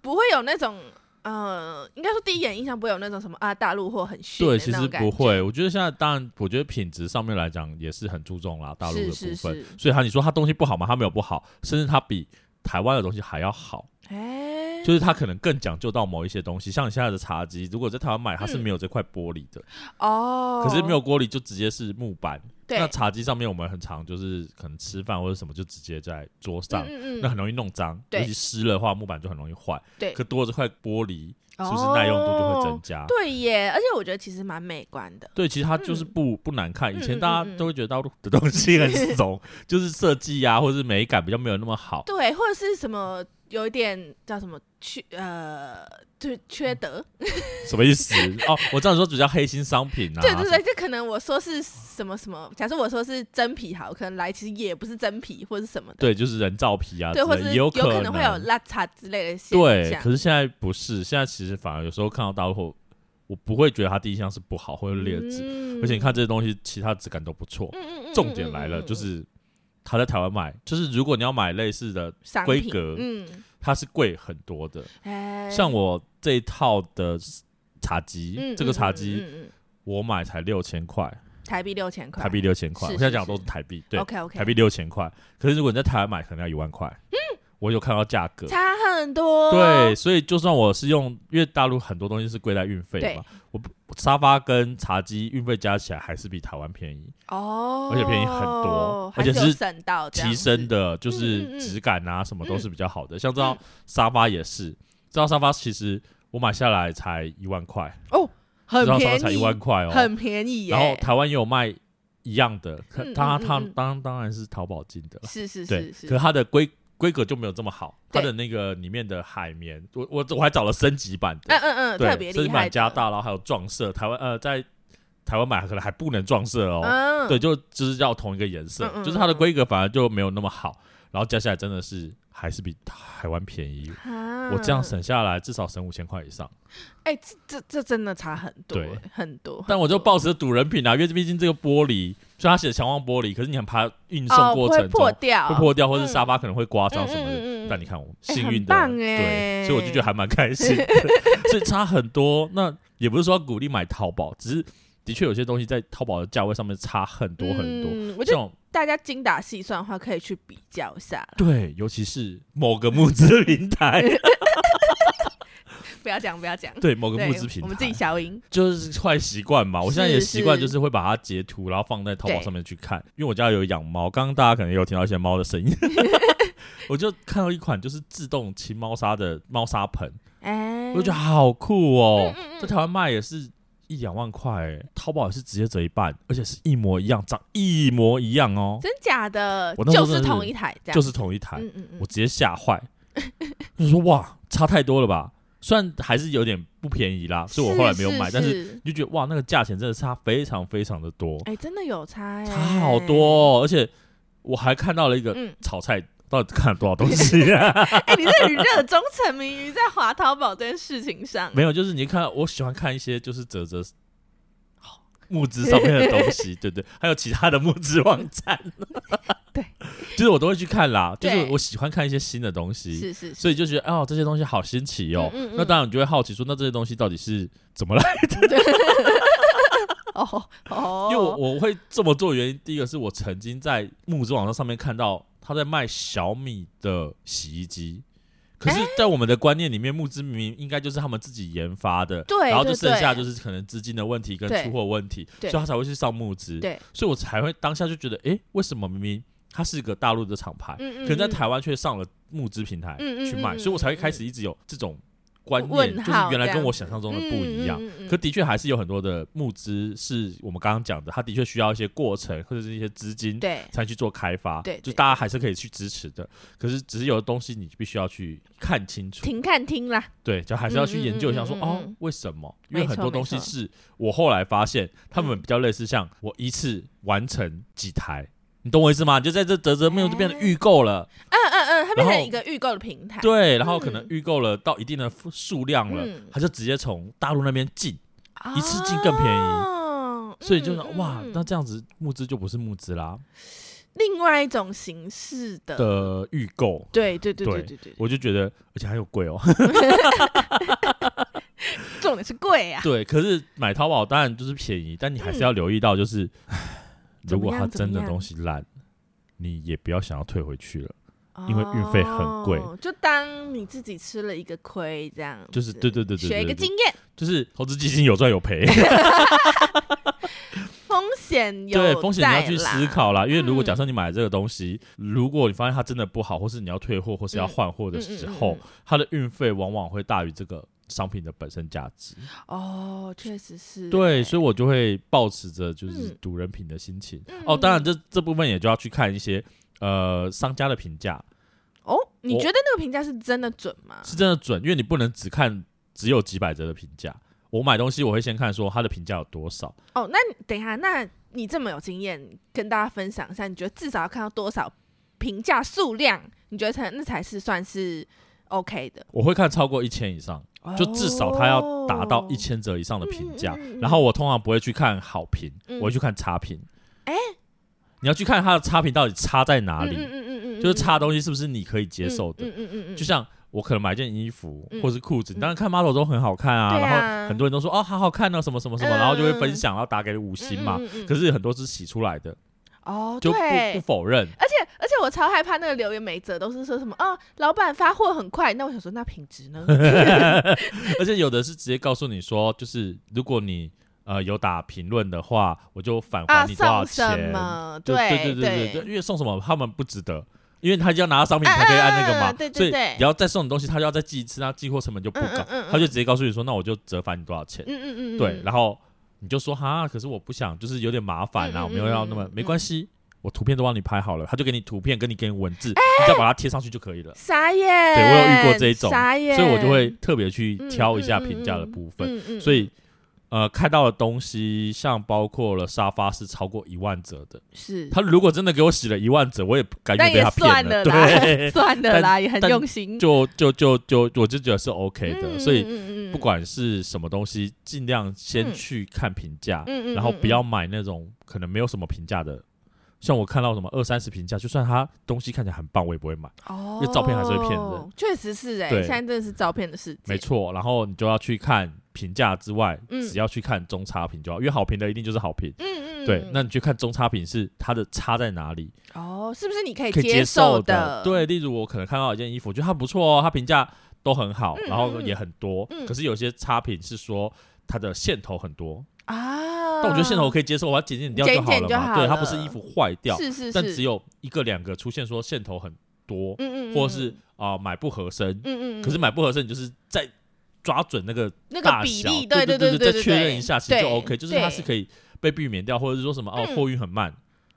Speaker 2: 不会有那种。呃，应该说第一眼印象不会有那种什么啊大陆货很逊的
Speaker 1: 对，其
Speaker 2: 那
Speaker 1: 实
Speaker 2: 种感
Speaker 1: 不
Speaker 2: 觉
Speaker 1: 会。我觉得现在当然，我觉得品质上面来讲也是很注重啦，大陆的部分。
Speaker 2: 是是是
Speaker 1: 所以他你说他东西不好吗？他没有不好，甚至他比台湾的东西还要好，
Speaker 2: 哎、
Speaker 1: 就是他可能更讲究到某一些东西。像你现在的茶几，如果在台湾买，它是
Speaker 2: 嗯
Speaker 1: 没有这块玻璃的，
Speaker 2: 哦，
Speaker 1: 可是没有玻璃就直接是木板。
Speaker 2: 对
Speaker 1: 那茶几上面我们很常就是可能吃饭或者什么就直接在桌上，
Speaker 2: 嗯嗯
Speaker 1: 那
Speaker 2: 嗯，
Speaker 1: 很容易弄脏，
Speaker 2: 对
Speaker 1: 尤其湿了的话，木板就很容易坏。
Speaker 2: 对
Speaker 1: 可多了这块玻璃，是
Speaker 2: 是
Speaker 1: 不是耐用度就会增加？
Speaker 2: 哦对耶，而且我觉得其实蛮美观的。
Speaker 1: 对，其实它就是
Speaker 2: 嗯
Speaker 1: 不、不难看。以
Speaker 2: 嗯
Speaker 1: 前
Speaker 2: 嗯
Speaker 1: 大
Speaker 2: 嗯
Speaker 1: 家
Speaker 2: 嗯
Speaker 1: 都会觉得大陆的东西很
Speaker 2: [laughs]
Speaker 1: 怂，就是设计啊，或者是美感比较没有那么好。
Speaker 2: 对，或者是什么有一点叫什么缺呃，就是缺德，
Speaker 1: 什么意思？哦，我这样说比较黑心商品啊。
Speaker 2: 对对对，就可能我说是什么什么，假设我说是真皮好，可能来其实也不是真皮或是什么的，
Speaker 1: 对就是人造皮啊之
Speaker 2: 对，
Speaker 1: 类
Speaker 2: 或
Speaker 1: 的，
Speaker 2: 者是
Speaker 1: 也有
Speaker 2: 可
Speaker 1: 能
Speaker 2: 会有邋遢之类的现
Speaker 1: 对，
Speaker 2: 象
Speaker 1: 可。是现在不是，现在其实反而有时候看到大陆货，我不会觉得它第一项是不好或者劣质，
Speaker 2: 嗯
Speaker 1: 而且你看这些东西，其他质感都不错。
Speaker 2: 嗯嗯嗯嗯
Speaker 1: 重点来了，
Speaker 2: 嗯嗯
Speaker 1: 就是他在台湾买，就是如果你要买类似的，
Speaker 2: 商
Speaker 1: 规
Speaker 2: 品
Speaker 1: 格
Speaker 2: 嗯，
Speaker 1: 它是贵很多的。
Speaker 2: 哎，
Speaker 1: 像我这一套的茶几，
Speaker 2: 嗯
Speaker 1: 这个
Speaker 2: 嗯
Speaker 1: 茶
Speaker 2: 嗯
Speaker 1: 几、
Speaker 2: 嗯嗯
Speaker 1: 我买才六千块，
Speaker 2: 台币六千块，
Speaker 1: 台币六千块。
Speaker 2: 是
Speaker 1: 我现在
Speaker 2: 是
Speaker 1: 讲的都
Speaker 2: 是
Speaker 1: 是台币，对
Speaker 2: OK OK，
Speaker 1: 台币六千块。可是如果你在台湾买，可能要一万块。嗯，我有看到价格。
Speaker 2: 差很多，
Speaker 1: 对，，所以就算我是用，因为大陆很多东西是贵在运费的嘛，我不沙发跟茶几运费加起来还是比台湾便宜，
Speaker 2: 哦，
Speaker 1: 而且便宜很多
Speaker 2: 还
Speaker 1: 而且
Speaker 2: 有
Speaker 1: 是
Speaker 2: 省到哦这样
Speaker 1: 提升
Speaker 2: 子，
Speaker 1: 的就
Speaker 2: 嗯嗯
Speaker 1: 是
Speaker 2: 嗯
Speaker 1: 质感啊什么都是比较好的。像这
Speaker 2: 嗯
Speaker 1: 套沙发也是，这套沙发其实我买下来才一万块，这
Speaker 2: 很
Speaker 1: 套沙发
Speaker 2: 便
Speaker 1: 才一
Speaker 2: 宜，
Speaker 1: 万块哦，
Speaker 2: 很便宜耶，
Speaker 1: 然后台湾也有卖一样的，可
Speaker 2: 嗯嗯
Speaker 1: 它它
Speaker 2: 嗯嗯
Speaker 1: 当当然是淘宝进的，
Speaker 2: 是是
Speaker 1: 对
Speaker 2: 是，是，
Speaker 1: 可它的规规格就没有这么好，它
Speaker 2: 对
Speaker 1: 的那个里面的海绵，我我我还找了升级版
Speaker 2: 嗯
Speaker 1: 的，
Speaker 2: 嗯嗯，
Speaker 1: 对
Speaker 2: 特，别
Speaker 1: 升
Speaker 2: 厉
Speaker 1: 级
Speaker 2: 害的，
Speaker 1: 版加大，然后还有撞色，台湾呃在台湾买可能还不能撞色哦，
Speaker 2: 嗯，
Speaker 1: 对，就就是要同一个颜色
Speaker 2: 嗯，嗯
Speaker 1: 就是它的
Speaker 2: 嗯
Speaker 1: 规格反而就没有那么好，然后加起来真的是还是比台湾便宜。
Speaker 2: 啊，
Speaker 1: 我这样省下来至少省五千块以上，
Speaker 2: 哎、这这这真的差很多
Speaker 1: 对
Speaker 2: 欸，很多。
Speaker 1: 但我就
Speaker 2: 很多
Speaker 1: 抱持赌人品啊，因为毕竟这个玻璃，虽然它写强旺玻璃，可是你很怕运
Speaker 2: 哦
Speaker 1: 送过程
Speaker 2: 会
Speaker 1: 中
Speaker 2: 破掉，
Speaker 1: 会破掉，或是
Speaker 2: 嗯
Speaker 1: 沙发可能会刮伤什么的。
Speaker 2: 嗯
Speaker 1: 但你，看我幸运
Speaker 2: 很
Speaker 1: 的，
Speaker 2: 棒
Speaker 1: 对，
Speaker 2: 欸
Speaker 1: 所以我就觉得还蛮开
Speaker 2: [laughs]
Speaker 1: 心的，所以差很多。那也不是说要鼓励买淘宝，只是的确有些东西在淘宝的价位上面差很多很多。
Speaker 2: 嗯、我
Speaker 1: 这
Speaker 2: 觉得
Speaker 1: 种
Speaker 2: 大家精打细算的话，可以去比较一下啦，
Speaker 1: 对，尤其是某个募资平台，
Speaker 2: 不要讲，不要讲。
Speaker 1: 对某个
Speaker 2: [laughs] 对，
Speaker 1: 募资平台，
Speaker 2: 我们自己消音。
Speaker 1: 就是坏习惯嘛。我现在也
Speaker 2: 是
Speaker 1: 习惯，
Speaker 2: 是
Speaker 1: 就是会把它截图，然后放在淘宝
Speaker 2: 对
Speaker 1: 上面去看。因为我家有养猫，刚刚大家可能有听到一些猫的声音， [laughs] 我就看到一款就是自动清猫砂的猫砂盆，
Speaker 2: 哎、
Speaker 1: 我就觉得好酷哦。
Speaker 2: 嗯嗯
Speaker 1: 在台湾卖也是一两万块、欸，淘宝也是直接折一半，而且是一模一样，长一模一样哦，
Speaker 2: 真假的，
Speaker 1: 我那时候
Speaker 2: 就
Speaker 1: 真的
Speaker 2: 是
Speaker 1: 是
Speaker 2: 同一台，这样
Speaker 1: 就是同一台，
Speaker 2: 嗯嗯嗯
Speaker 1: 我，直接吓
Speaker 2: [laughs]
Speaker 1: 坏，就说哇，差太多了吧。虽然还是有点不便宜啦，所以我后来没有买，但是
Speaker 2: 是
Speaker 1: 你就觉得哇，那个价钱真的差非常非常的多，
Speaker 2: 哎、真的有差、欸，
Speaker 1: 差好多、哦，而且我还看到了一个
Speaker 2: 嗯，
Speaker 1: 炒菜。到底看了多少东西、啊？
Speaker 2: 哎、你这很热衷沉迷于在华淘宝这件事情上，
Speaker 1: 没有，就是你看，我喜欢看一些就是泽泽木资上面的东西，对对，还有其他的木资网站，
Speaker 2: [laughs] 对，
Speaker 1: 就是我都会去看啦，就
Speaker 2: 对
Speaker 1: 是我喜欢看一些新的东西，
Speaker 2: 是是是，
Speaker 1: 所以就觉得哦，这些东西好新奇哦。
Speaker 2: 嗯嗯嗯
Speaker 1: 那当然，你就会好奇说，那这些东西到底是怎么来
Speaker 2: 哦哦，
Speaker 1: 因为我我会这么做的原因，第一个是我曾经在木之网站上面看到他在卖小米的洗衣机，可
Speaker 2: 哎
Speaker 1: 是，在我们的观念里面，木之明明应该就是他们自己研发的，
Speaker 2: 对
Speaker 1: 然后就
Speaker 2: 对
Speaker 1: 剩下
Speaker 2: 对
Speaker 1: 就是可能资金的问题跟
Speaker 2: 对
Speaker 1: 出货问题，所
Speaker 2: 对
Speaker 1: 以他才会去上木之，
Speaker 2: 对，
Speaker 1: 所以我才会当下就觉得，诶，为什么明明它是一个大陆的厂牌，
Speaker 2: 嗯嗯，
Speaker 1: 可能在
Speaker 2: 嗯
Speaker 1: 台湾却上了木之平台
Speaker 2: 嗯嗯
Speaker 1: 去卖，
Speaker 2: 嗯嗯
Speaker 1: 所以我才会开始一直有这种观念，
Speaker 2: 问
Speaker 1: 就是
Speaker 2: 号
Speaker 1: 原来跟我
Speaker 2: 这
Speaker 1: 想象
Speaker 2: 样
Speaker 1: 中的
Speaker 2: 子
Speaker 1: 不一样。
Speaker 2: 嗯嗯嗯嗯
Speaker 1: 可的确还是有很多的募资，是我们刚刚讲的，它的确需要一些过程或者是一些资金
Speaker 2: 对，
Speaker 1: 才去做开发，
Speaker 2: 对
Speaker 1: 就
Speaker 2: 对
Speaker 1: 大家还是可以去支持的。可是只是有的东西你必须要去看清楚，
Speaker 2: 停看听啦，
Speaker 1: 对，就还是要去研究一下说，
Speaker 2: 嗯嗯嗯嗯
Speaker 1: 哦
Speaker 2: 嗯，
Speaker 1: 为什么？因
Speaker 2: 没错
Speaker 1: 为很多东西
Speaker 2: 没错
Speaker 1: 是我后来发现，他们比较类似像我一次完成几台，你懂我意思吗？你就在这折折没有就变
Speaker 2: 啊
Speaker 1: 成预购了，
Speaker 2: 嗯嗯嗯，它变
Speaker 1: 然
Speaker 2: 成
Speaker 1: 后
Speaker 2: 一个预购的平台，
Speaker 1: 对，然后可能
Speaker 2: 嗯
Speaker 1: 预购了到一定的数量了
Speaker 2: 嗯，
Speaker 1: 它就直接从大陆那边进。
Speaker 2: 啊，
Speaker 1: 一次进更便宜
Speaker 2: 嗯
Speaker 1: 所以就是、
Speaker 2: 嗯
Speaker 1: 哇，
Speaker 2: 嗯
Speaker 1: 那这样子募资就不是募资啦
Speaker 2: 另外一种形式的，
Speaker 1: 的预购，
Speaker 2: 对对对
Speaker 1: 对
Speaker 2: 对对对，
Speaker 1: 我就觉得，而且还有贵哦，
Speaker 2: 重点是贵啊。嗯
Speaker 1: 对，可是买淘宝当然就是便宜，但你还是要留意到，就是、如果它真的东西烂，你也不要想要退回去了。因为运费很贵
Speaker 2: 哦就当你自己吃了一个亏，这样
Speaker 1: 就是
Speaker 2: 子
Speaker 1: 对对对对
Speaker 2: 学一
Speaker 1: 对
Speaker 2: 个
Speaker 1: 对
Speaker 2: 经，验，
Speaker 1: 就是投资基金有赚有赔，
Speaker 2: 风险有
Speaker 1: 对风险你要
Speaker 2: 在
Speaker 1: 去
Speaker 2: 啦
Speaker 1: 思。考啦。因为如果假
Speaker 2: 嗯
Speaker 1: 设你买这个东西，如果你发现它真的不好，或是你要退货，或是要
Speaker 2: 嗯
Speaker 1: 换货的时候，
Speaker 2: 嗯嗯嗯
Speaker 1: 它的运费往往会大于这个商品的本身价值。
Speaker 2: 哦，确实是。欸
Speaker 1: 对，所以我就会保持着就是
Speaker 2: 嗯
Speaker 1: 赌人品的心情。
Speaker 2: 嗯
Speaker 1: 哦，当然这这部分也就要去看一些呃商家的评价
Speaker 2: 哦，你
Speaker 1: 我
Speaker 2: 觉得那个评价是真的准吗？
Speaker 1: 是真的准，因为你不能只看只有几百折的评价。我买东西我会先看说它的评价有多少，
Speaker 2: 哦，那你等一下，那你这么有经验，跟大家分享一下，你觉得至少要看到多少评价数量，你觉得才那才是算是 OK 的？
Speaker 1: 我会看超过一千以上，就至少它要达到一千折以上的评价。
Speaker 2: 哦嗯嗯嗯嗯嗯
Speaker 1: 然后我通常不会去看好评，
Speaker 2: 嗯
Speaker 1: 我会去看差评。
Speaker 2: 哎
Speaker 1: 你要去看它的差评到底差在哪里，
Speaker 2: 嗯嗯嗯嗯，
Speaker 1: 就是差东西是不是你可以接受的。
Speaker 2: 嗯嗯嗯嗯，
Speaker 1: 就像我可能买一件衣服
Speaker 2: 嗯
Speaker 1: 或是裤子，你当然看 model 都很好看啊，
Speaker 2: 对啊
Speaker 1: 然后很多人都说哦好好看哦什么什么什么，
Speaker 2: 嗯
Speaker 1: 然后就会分享，然后打给五星嘛。
Speaker 2: 嗯嗯嗯
Speaker 1: 可是很多是洗出来的，
Speaker 2: [laughs] 哦，
Speaker 1: 就不
Speaker 2: 对
Speaker 1: 不否
Speaker 2: [laughs]
Speaker 1: 认。
Speaker 2: 而且而且我超害怕那个留言，每则都是说什么哦，老板发货很快，那我想说那品质呢？
Speaker 1: 而且有的是直接告诉你说，就是如果你呃有打评论的话，我就返
Speaker 2: 啊，
Speaker 1: 还你多少
Speaker 2: 送什
Speaker 1: 钱。
Speaker 2: 么？
Speaker 1: 就对
Speaker 2: 对
Speaker 1: 对对，因为送什么他们不值得，因为他就要拿到商品才可以按那个嘛，
Speaker 2: 嗯嗯嗯对对
Speaker 1: 所以
Speaker 2: 对
Speaker 1: 你要再送你东西，他就要再寄一次，那寄货成本就不高，
Speaker 2: 嗯嗯嗯嗯
Speaker 1: 他就直接告诉你说，那我就折返你多少钱，
Speaker 2: 嗯嗯嗯嗯，
Speaker 1: 对，然
Speaker 2: 后
Speaker 1: 后你就说哈，可是我不想，就是有点麻烦啊，
Speaker 2: 嗯嗯
Speaker 1: 我没有要那么
Speaker 2: 嗯，嗯
Speaker 1: 没关系。我图片都帮你拍好了，他就给你图片，跟你给你文字，
Speaker 2: 哎
Speaker 1: 你再把它贴上去就可以了。
Speaker 2: 傻眼，
Speaker 1: 对我有遇过这一种
Speaker 2: 傻眼，
Speaker 1: 所以我就会特别去
Speaker 2: 嗯
Speaker 1: 挑一下评价的部分。，
Speaker 2: 嗯嗯嗯嗯嗯
Speaker 1: 所以，呃，看到的东西，像包括了沙发是超过一万折的，
Speaker 2: 是
Speaker 1: 他如果真的给我洗了一万折，我也甘
Speaker 2: 但
Speaker 1: 愿被
Speaker 2: 也
Speaker 1: 他
Speaker 2: 算
Speaker 1: 骗
Speaker 2: 了啦， [laughs]
Speaker 1: 对，
Speaker 2: 算了啦，也很
Speaker 1: 但
Speaker 2: 用心，
Speaker 1: 就就就就我就觉得是 OK 的，
Speaker 2: 嗯
Speaker 1: 所以
Speaker 2: 嗯嗯嗯
Speaker 1: 不管是什么东西，尽量先
Speaker 2: 嗯
Speaker 1: 去看评价，
Speaker 2: 嗯嗯
Speaker 1: 然后
Speaker 2: 嗯
Speaker 1: 不要买那种可能没有什么评价的。像我看到什么二三十评价，就算它东西看起来很棒，我也不会买。因
Speaker 2: 哦
Speaker 1: 为照片还是会骗人，
Speaker 2: 确实是哎，
Speaker 1: 对
Speaker 2: 现在真的是照片的世界，
Speaker 1: 没错，然后你就要去看评价之外，
Speaker 2: 嗯
Speaker 1: 只要去看中差评就好，因为好评的一定就是好评。
Speaker 2: 嗯，嗯嗯，
Speaker 1: 对，那你去看中差评是它的差在哪里，
Speaker 2: 哦，是不是你可以
Speaker 1: 可以接
Speaker 2: 受
Speaker 1: 受的。，对，例如我可能看到一件衣服，觉得它不错哦，它评价都很好，
Speaker 2: 嗯
Speaker 1: 然后
Speaker 2: 嗯
Speaker 1: 也很多，
Speaker 2: 嗯
Speaker 1: 可是有些差评是说它的线头很多，但
Speaker 2: 啊，
Speaker 1: 我觉得线头我可以接受，我要剪剪掉
Speaker 2: 剪
Speaker 1: 就好
Speaker 2: 剪
Speaker 1: 了
Speaker 2: 就
Speaker 1: 嘛。
Speaker 2: 好
Speaker 1: 对，
Speaker 2: 了
Speaker 1: 它不是衣服坏掉，
Speaker 2: 是是是，
Speaker 1: 但只有一个两个出现说线头很多，
Speaker 2: 嗯嗯，嗯
Speaker 1: 或是啊、买不合身，
Speaker 2: 嗯嗯嗯，
Speaker 1: 可是买不合身你就是在。抓准那个
Speaker 2: 那个
Speaker 1: 大
Speaker 2: 比
Speaker 1: 小，
Speaker 2: 例，
Speaker 1: 对
Speaker 2: 对
Speaker 1: 对
Speaker 2: 对对，
Speaker 1: 再
Speaker 2: 对
Speaker 1: 确认一下，其实就
Speaker 2: 对
Speaker 1: OK，就是它是
Speaker 2: 以
Speaker 1: 可以被避免掉，或者是说什么哦，
Speaker 2: 嗯
Speaker 1: 货运很慢，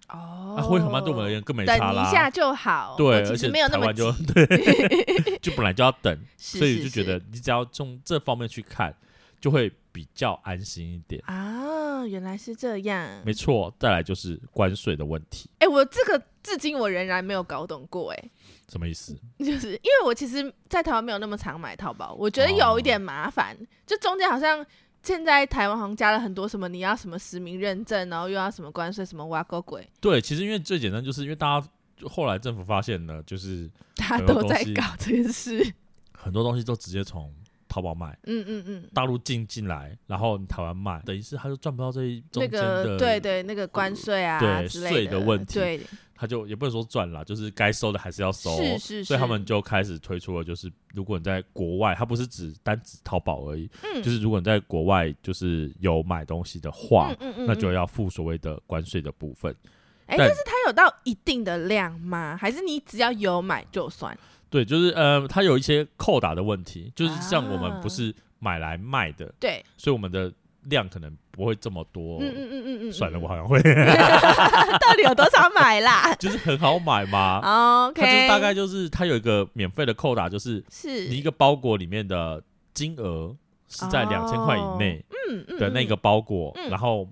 Speaker 2: 哦，
Speaker 1: 啊，货运很慢对我们而言更没
Speaker 2: 等
Speaker 1: 差啦。
Speaker 2: 一下就好，
Speaker 1: 对，
Speaker 2: 我
Speaker 1: 而
Speaker 2: 其
Speaker 1: 且
Speaker 2: 实没有那
Speaker 1: 台
Speaker 2: 么
Speaker 1: 湾
Speaker 2: 急
Speaker 1: 就， [laughs] 对，
Speaker 2: [laughs]
Speaker 1: 就本来就要等，
Speaker 2: 是
Speaker 1: 所以
Speaker 2: 是
Speaker 1: 就是觉得你只要从这方面去看，就会比较安心一点。
Speaker 2: 啊，原来是这样，
Speaker 1: 没错，再来就是关税的问题，
Speaker 2: 哎，我这个至今我仍然没有搞懂过，哎，
Speaker 1: 什么意思？
Speaker 2: 就是因为我其实，在台湾没有那么常买淘宝，我觉得有一点
Speaker 1: 哦
Speaker 2: 麻烦。就中间好像现在台湾好像加了很多什么你要什么实名认证，然后又要什么关税什么挖沟鬼，
Speaker 1: 对，其实因为最简单，就是因为大家后来政府发现呢，就是
Speaker 2: 大家
Speaker 1: 很多
Speaker 2: 都在
Speaker 1: 东西
Speaker 2: 搞这件事。
Speaker 1: 很多东西都直接从淘宝买，
Speaker 2: 嗯嗯嗯，
Speaker 1: 大陆进进来，然后你台湾卖，等于是他就赚不到这一中
Speaker 2: 那
Speaker 1: 间的，呃
Speaker 2: 个对对，那个关税啊
Speaker 1: 对
Speaker 2: 之类
Speaker 1: 税的问题
Speaker 2: 对，
Speaker 1: 他就也不能说赚啦，就是该收的还是要收，
Speaker 2: 是是
Speaker 1: 所以他们
Speaker 2: 是嗯
Speaker 1: 就开始推出了，就是如果你在国外，它不是只单指淘宝而已，
Speaker 2: 嗯
Speaker 1: 就是如果你在国外就是有买东西的话，
Speaker 2: 嗯嗯嗯，
Speaker 1: 那就
Speaker 2: 嗯
Speaker 1: 要付所谓的关税的部分。
Speaker 2: 哎，
Speaker 1: 但
Speaker 2: 但是它有到一定的量吗？还是你只要有买就算？
Speaker 1: 对，就是呃，它有一些扣打的问题，就是像我们
Speaker 2: 啊
Speaker 1: 不是买来卖的，
Speaker 2: 对，
Speaker 1: 所以我们的量可能不会这么多。
Speaker 2: 啊嗯嗯嗯嗯嗯，
Speaker 1: 算了，
Speaker 2: 嗯
Speaker 1: 我好像会，
Speaker 2: [laughs]
Speaker 1: [laughs]
Speaker 2: 到底有多少买啦哦
Speaker 1: 就是很好买
Speaker 2: 啊
Speaker 1: 嘛。
Speaker 2: ？OK，呃
Speaker 1: 它就是大概就是它有一个免费的扣打，就是
Speaker 2: 是
Speaker 1: 你一个包裹里面的金额是在
Speaker 2: 哦
Speaker 1: 两千块以内
Speaker 2: 嗯嗯
Speaker 1: 的那个包裹，
Speaker 2: 嗯
Speaker 1: 然后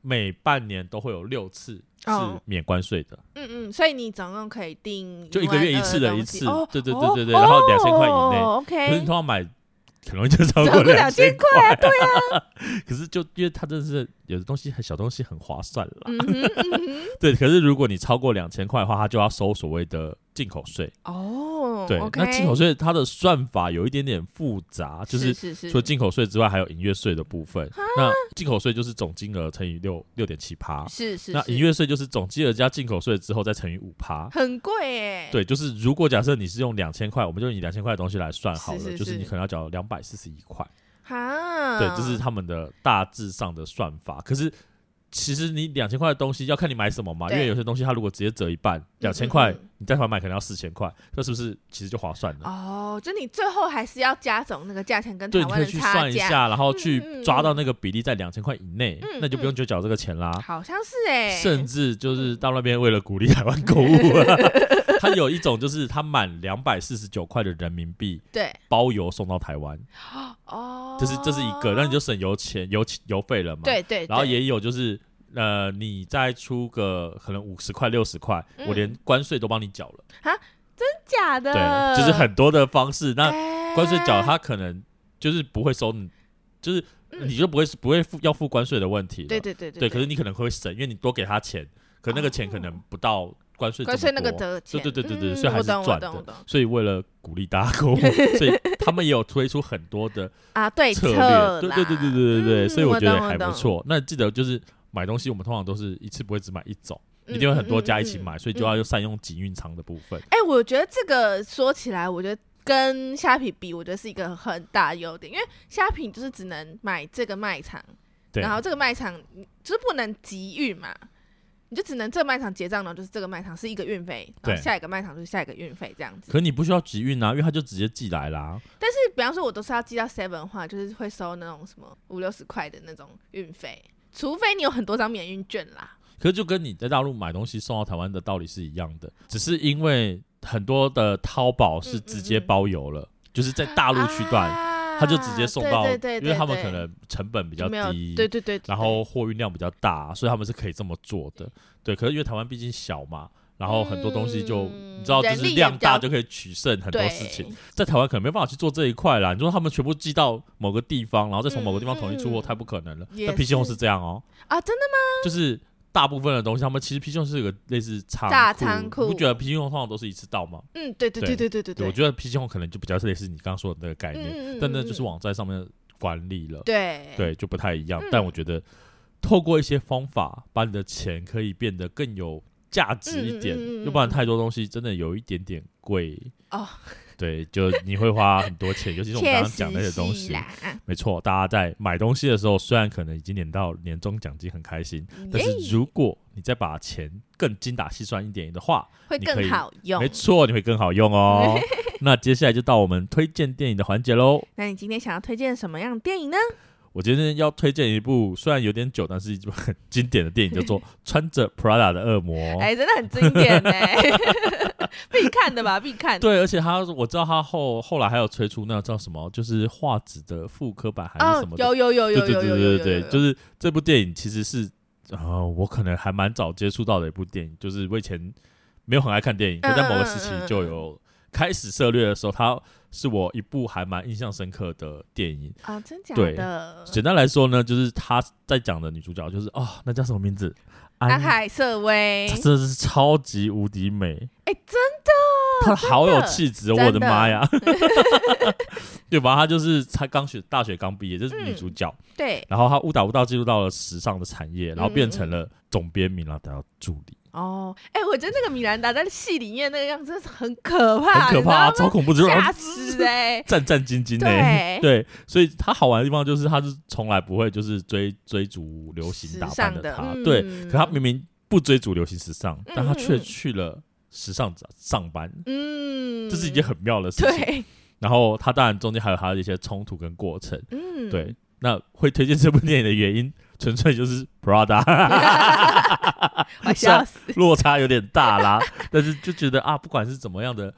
Speaker 1: 每半年都会有六次是
Speaker 2: 哦
Speaker 1: 免关税的，
Speaker 2: 嗯嗯，所以你总共可以订
Speaker 1: 就一个月一次的
Speaker 2: 12,200
Speaker 1: 一次
Speaker 2: 东西哦、
Speaker 1: 对对对
Speaker 2: 哦
Speaker 1: 对对然后
Speaker 2: 哦
Speaker 1: 2000块以内可是你
Speaker 2: ，OK，
Speaker 1: 通常买很容易就超
Speaker 2: 超过
Speaker 1: 两
Speaker 2: 2000
Speaker 1: 块， [laughs] 对啊。可是就因为它真的是有的东西很小东西很划算啦，
Speaker 2: 嗯哼嗯哼，
Speaker 1: 对。可是如果你超过两千块的话，它就要收所谓的进口税，
Speaker 2: 哦，哦，
Speaker 1: 对
Speaker 2: o，k
Speaker 1: 那进口税它的算法有一点点复杂，就是是
Speaker 2: 是是
Speaker 1: 除了进口税之外，还有营业税的部分。那进口税就是总金额乘以六六点七趴，
Speaker 2: 是是，
Speaker 1: 那
Speaker 2: 是
Speaker 1: 营业税就是总金额加进口税之后再乘以五趴。
Speaker 2: 很贵哎，
Speaker 1: 对，就是如果假设你是用两千块，我们就以两千块的东西来算好了，
Speaker 2: 是是
Speaker 1: 就是
Speaker 2: 是嗯
Speaker 1: 你可能要缴两百四十一块。
Speaker 2: 哈，
Speaker 1: 对，这是他们的大致上的算法。可是其实你两千块的东西要看你买什么嘛，因
Speaker 2: 对
Speaker 1: 为有些东西它如果直接折一半，两千块
Speaker 2: 嗯嗯
Speaker 1: 你在台买可能要四千块，这是不是其实就划算了？
Speaker 2: 哦，就你最后还是要加总那个价钱跟
Speaker 1: 对，
Speaker 2: 台
Speaker 1: 你
Speaker 2: 湾
Speaker 1: 可以
Speaker 2: 的
Speaker 1: 去
Speaker 2: 差
Speaker 1: 算一
Speaker 2: 价，
Speaker 1: 下，然后
Speaker 2: 嗯嗯
Speaker 1: 去
Speaker 2: 嗯
Speaker 1: 抓到那个比例在两千块以内，
Speaker 2: 嗯
Speaker 1: 那就不用就缴这个钱啦。
Speaker 2: 好像是哎，
Speaker 1: 甚至就是到那边为了鼓励台湾购物，啊
Speaker 2: [laughs]
Speaker 1: 他有一种就是他满两百四十九块的人民币
Speaker 2: 对
Speaker 1: 包邮送到台湾，
Speaker 2: 哦，
Speaker 1: 这是这是一个，那你就省油钱油油费了嘛。
Speaker 2: 对对，
Speaker 1: 然后
Speaker 2: 对
Speaker 1: 也有就是呃，你再出个可能五十块、六十块，
Speaker 2: 嗯
Speaker 1: 我连关税都帮你缴了。
Speaker 2: 假的，
Speaker 1: 对，就是很多的方式。那
Speaker 2: 哎
Speaker 1: 关税缴，他可能就是不会收你，就是
Speaker 2: 嗯
Speaker 1: 你就不会不会付要付关税的问题了。
Speaker 2: 对对对
Speaker 1: 对可是你可能会省，因为你多给他钱，可那个钱可能不到关税这么多。
Speaker 2: 关税那个得钱，
Speaker 1: 对对对对对
Speaker 2: 嗯
Speaker 1: 所以还
Speaker 2: 我
Speaker 1: 是
Speaker 2: 懂我
Speaker 1: 赚
Speaker 2: 懂
Speaker 1: 的
Speaker 2: 我懂
Speaker 1: 所以为了鼓励大家
Speaker 2: [laughs]
Speaker 1: 购物，所以他们也有推出很多的
Speaker 2: 啊，对
Speaker 1: 策略，
Speaker 2: 啦
Speaker 1: 对对对对对对，
Speaker 2: 嗯
Speaker 1: 所以我觉得
Speaker 2: 懂
Speaker 1: 还不
Speaker 2: 懂
Speaker 1: 错。那记得就是买东西，我们通常都是一次不会只买一种，一定会很多家一起买，所以就。
Speaker 2: 嗯嗯嗯嗯嗯
Speaker 1: 要善用集运仓的部分。
Speaker 2: 哎、我觉得这个说起来，我觉得跟虾皮比，我觉得是一个很大的优点，因为虾皮就是只能买这个卖场，
Speaker 1: 对，
Speaker 2: 然后这个卖场你就是不能集运嘛，你就只能这个卖场结账，然后就是这个卖场是一个运费，然
Speaker 1: 对
Speaker 2: 后下一个卖场就是下一个运费这样子。
Speaker 1: 可你不需要集运啊，因为它就直接寄来啦。
Speaker 2: 但是比方说，我都是要寄到 Seven 的话，就是会收那种什么五六十块的那种运费，除非你有很多张免运券啦。
Speaker 1: 可是就跟你在大陆买东西送到台湾的道理是一样的，只是因为很多的淘宝是直接
Speaker 2: 嗯嗯嗯
Speaker 1: 包邮了，就是在大陆区段，
Speaker 2: 啊
Speaker 1: 它就直接送到，
Speaker 2: 对对对
Speaker 1: 因为他们
Speaker 2: 对
Speaker 1: 可能成本比
Speaker 2: 就
Speaker 1: 较
Speaker 2: 没有
Speaker 1: 低，
Speaker 2: 对对对，
Speaker 1: 然后货运量比较大，所以他们是可以这么做的。对，可是因为台湾毕竟小嘛，然后很多东西就、
Speaker 2: 嗯
Speaker 1: 你知道，就
Speaker 2: 人力
Speaker 1: 是
Speaker 2: 也
Speaker 1: 量
Speaker 2: 比较
Speaker 1: 大就可以取胜很多
Speaker 2: 对
Speaker 1: 事情，在台湾可能没办法去做这一块啦。你说他们全部寄到某个地方，然后再从某个地方统一出货，
Speaker 2: 嗯嗯嗯
Speaker 1: 太不可能了。
Speaker 2: 也
Speaker 1: 但 P 信用
Speaker 2: 是
Speaker 1: 是这样哦，
Speaker 2: 啊，真的
Speaker 1: 就是。大部分的东西，他们其实 P 信用是有个类似仓
Speaker 2: 大
Speaker 1: 库
Speaker 2: 仓库
Speaker 1: 你不觉得 P 信用通常都是一次到吗？
Speaker 2: 嗯，对对对对对对
Speaker 1: 我觉得 P 信用可能就比较类似你刚刚说的那个概念，
Speaker 2: 嗯嗯嗯
Speaker 1: 但那
Speaker 2: 嗯
Speaker 1: 就是
Speaker 2: 嗯
Speaker 1: 网站上面的管理了。
Speaker 2: 对
Speaker 1: 对，就不太一样。
Speaker 2: 嗯
Speaker 1: 但我觉得透过一些方法，把你的钱可以变得更有价值一点，
Speaker 2: 嗯嗯嗯嗯
Speaker 1: 要不然太多东西真的有一点点贵。
Speaker 2: 哦，
Speaker 1: 对，就你会花很多
Speaker 2: [laughs]
Speaker 1: 钱，尤其是我们
Speaker 2: 确
Speaker 1: 刚
Speaker 2: 实
Speaker 1: 刚讲的那些东
Speaker 2: 是
Speaker 1: 西。
Speaker 2: 啦，
Speaker 1: 没错，大家在买东西的时候，虽然可能已经领到年终奖金很开心，但是
Speaker 2: 嗯耶
Speaker 1: 如果你再把钱更精打细算一点的话，
Speaker 2: 会
Speaker 1: 你可以
Speaker 2: 更好用
Speaker 1: 没。错，你会更好用
Speaker 2: [laughs]
Speaker 1: 哦。那接下来就到我们推荐电影的环节喽。
Speaker 2: 那你今天想要推荐什么样的电影呢？
Speaker 1: 我今天要推荐一部虽然有点久，但是一部很经典的电影，叫
Speaker 2: [laughs]
Speaker 1: 做《穿着 Prada 的恶魔》。
Speaker 2: 哎，真的很经典呢，
Speaker 1: [laughs]
Speaker 2: 必看的吧，必看。
Speaker 1: 对，而且他我知道他后后来还有推出那个叫什么，就是画质的复刻版还是
Speaker 2: 哦
Speaker 1: 什么，的。
Speaker 2: 有有有
Speaker 1: 对
Speaker 2: 有
Speaker 1: 对
Speaker 2: 有
Speaker 1: 对
Speaker 2: 有
Speaker 1: 对
Speaker 2: 有
Speaker 1: 对对，就是是这部电影其实是啊、呃我可能还蛮早接触到的一部电影，就是我以前没有很爱看电影，可在某个时期
Speaker 2: 嗯嗯嗯嗯
Speaker 1: 就有开始涉猎的时候，它是我一部还蛮印象深刻的电影。
Speaker 2: 啊，真假
Speaker 1: 对
Speaker 2: 的。
Speaker 1: 简单来说呢，就是他在讲的女主角就是哦，那叫什么名字？
Speaker 2: 安海瑟
Speaker 1: [laughs]
Speaker 2: 薇
Speaker 1: 她，真的是超级无敌美，
Speaker 2: 哎，真
Speaker 1: 她好有气质哦，
Speaker 2: 真的
Speaker 1: 我的妈
Speaker 2: [laughs]
Speaker 1: 呀！ [laughs] 对吧？她就是她刚学大学刚毕业，这是女主角，
Speaker 2: 对
Speaker 1: 然后她误打误撞进入到了时尚的产
Speaker 2: 嗯
Speaker 1: 业，然后变成了总编啊名，然后到助理，
Speaker 2: 哦。哎，我觉得那个米兰达在戏里面那个样子真的是很可怕，
Speaker 1: 很可怕、啊，
Speaker 2: 你知道
Speaker 1: 超
Speaker 2: 吗
Speaker 1: 恐怖，就是。
Speaker 2: 吓死哎
Speaker 1: 战战兢兢呢、[laughs]
Speaker 2: 对
Speaker 1: 对，所以她好玩的地方就是她是从来不会就是追追逐 [laughs] 流行打扮
Speaker 2: 时
Speaker 1: 她，
Speaker 2: 尚的
Speaker 1: 对，
Speaker 2: 嗯
Speaker 1: 可她明明不追逐流行时尚，但她却去了时尚上班，
Speaker 2: 嗯，
Speaker 1: 这是一件很妙的事情。
Speaker 2: 对，
Speaker 1: 然后他当然中间还有他的一些冲突跟过程。
Speaker 2: 嗯，
Speaker 1: 对，那会推荐这部电影的原因，纯粹就是 Prada
Speaker 2: [laughs] 我
Speaker 1: [laughs]
Speaker 2: 笑死。
Speaker 1: 落差有点大啦， [laughs] 但是就觉得啊，不管是怎么样的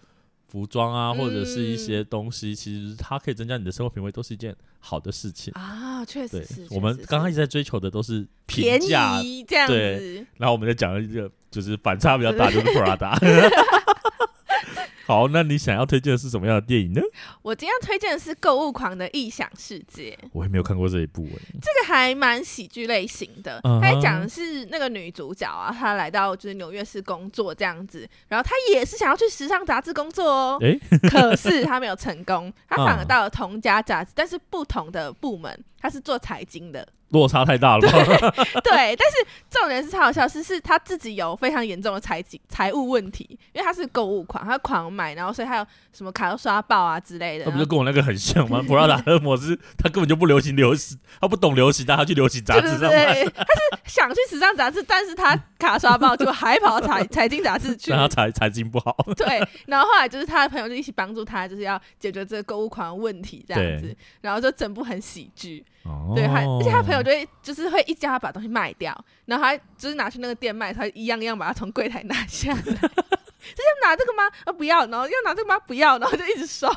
Speaker 1: 服装啊，
Speaker 2: 嗯
Speaker 1: 或者是一些东西，其实它可以增加你的生活品味，都是一件好的事情。
Speaker 2: 啊，确实
Speaker 1: 对
Speaker 2: 是。，
Speaker 1: 我们
Speaker 2: 确实
Speaker 1: 刚
Speaker 2: 是
Speaker 1: 开始在追求的都是平
Speaker 2: 便
Speaker 1: 价，
Speaker 2: 宜这样
Speaker 1: 对
Speaker 2: 子， [laughs]
Speaker 1: 然后我们在讲的一个就是反差比较大，就是 Prada。好，那你想要推荐的是什么样的电影呢？
Speaker 2: 我今天要推荐的是《购物狂的异想世界》，
Speaker 1: 我也没有看过这一部欸诶、
Speaker 2: 这个还蛮喜剧类型的。
Speaker 1: 嗯哼
Speaker 2: 它讲的是那个女主角啊，她来到就是纽约市工作这样子，然后她也是想要去时尚杂志工作哦，
Speaker 1: 诶
Speaker 2: 可是她没有成功，她反而
Speaker 1: 嗯
Speaker 2: 到了同家杂志，但是不同的部门，她是做财经的，
Speaker 1: 落差太大了吧？
Speaker 2: 对，啊但是重点是超好笑，是是他自己有非常严重的财经财务问题，因为他是购物狂，他狂买，然后所以他有什么卡都刷爆啊之类的。
Speaker 1: 哦那不
Speaker 2: 然
Speaker 1: 就
Speaker 2: 后
Speaker 1: 跟我那个很像吗？普拉达的模式，他根本就不流行流行，他不懂流行，但他去流行杂
Speaker 2: 对
Speaker 1: 志
Speaker 2: 对
Speaker 1: 上卖，
Speaker 2: 对，他是想去时尚杂志，但是他卡刷爆，就还跑到财
Speaker 1: [laughs]
Speaker 2: 财经杂志去
Speaker 1: 但。他财财经不好。
Speaker 2: 对，然后后来就是他的朋友就一起帮助他，就是要解决这个购物狂的问题这样子
Speaker 1: 对，
Speaker 2: 然后就整部很喜剧。
Speaker 1: 哦
Speaker 2: 对，还而且他朋友就会就是会一叫他把东西卖掉，然后他就是拿去那个店卖，他一样一样把它从柜台拿下来。就是 [laughs] 要拿这个吗？啊，不要，然后要拿这个吗？不要，然后就一直收，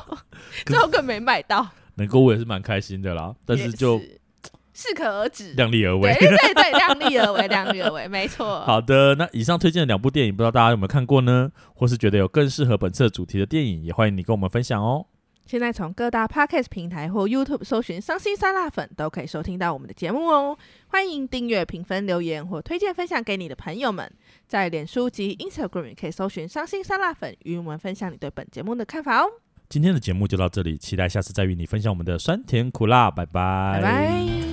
Speaker 2: 最后更没买到，
Speaker 1: 能购物也是蛮开心的啦，但是
Speaker 2: 也
Speaker 1: 就是
Speaker 2: 适可而止。
Speaker 1: 量力而
Speaker 2: 对
Speaker 1: 为。
Speaker 2: 对对，量力而为，量力而为，没错。
Speaker 1: 好的，那以上推荐的两部电影，不知道大家有没有看过呢？或是觉得有更适合本次的主题的电影，也欢迎你跟我们分享哦。
Speaker 2: 现在从各大 podcast 平台或 YouTube 搜寻“伤心酸辣粉”，都可以收听到我们的节目哦。欢迎订阅、评分、留言或推荐分享给你的朋友们。在脸书及 Instagram 也可以搜寻“伤心酸辣粉”，与我们分享你对本节目的看法哦。
Speaker 1: 今天的节目就到这里，期待下次再与你分享我们的酸甜苦辣，拜
Speaker 2: 拜拜。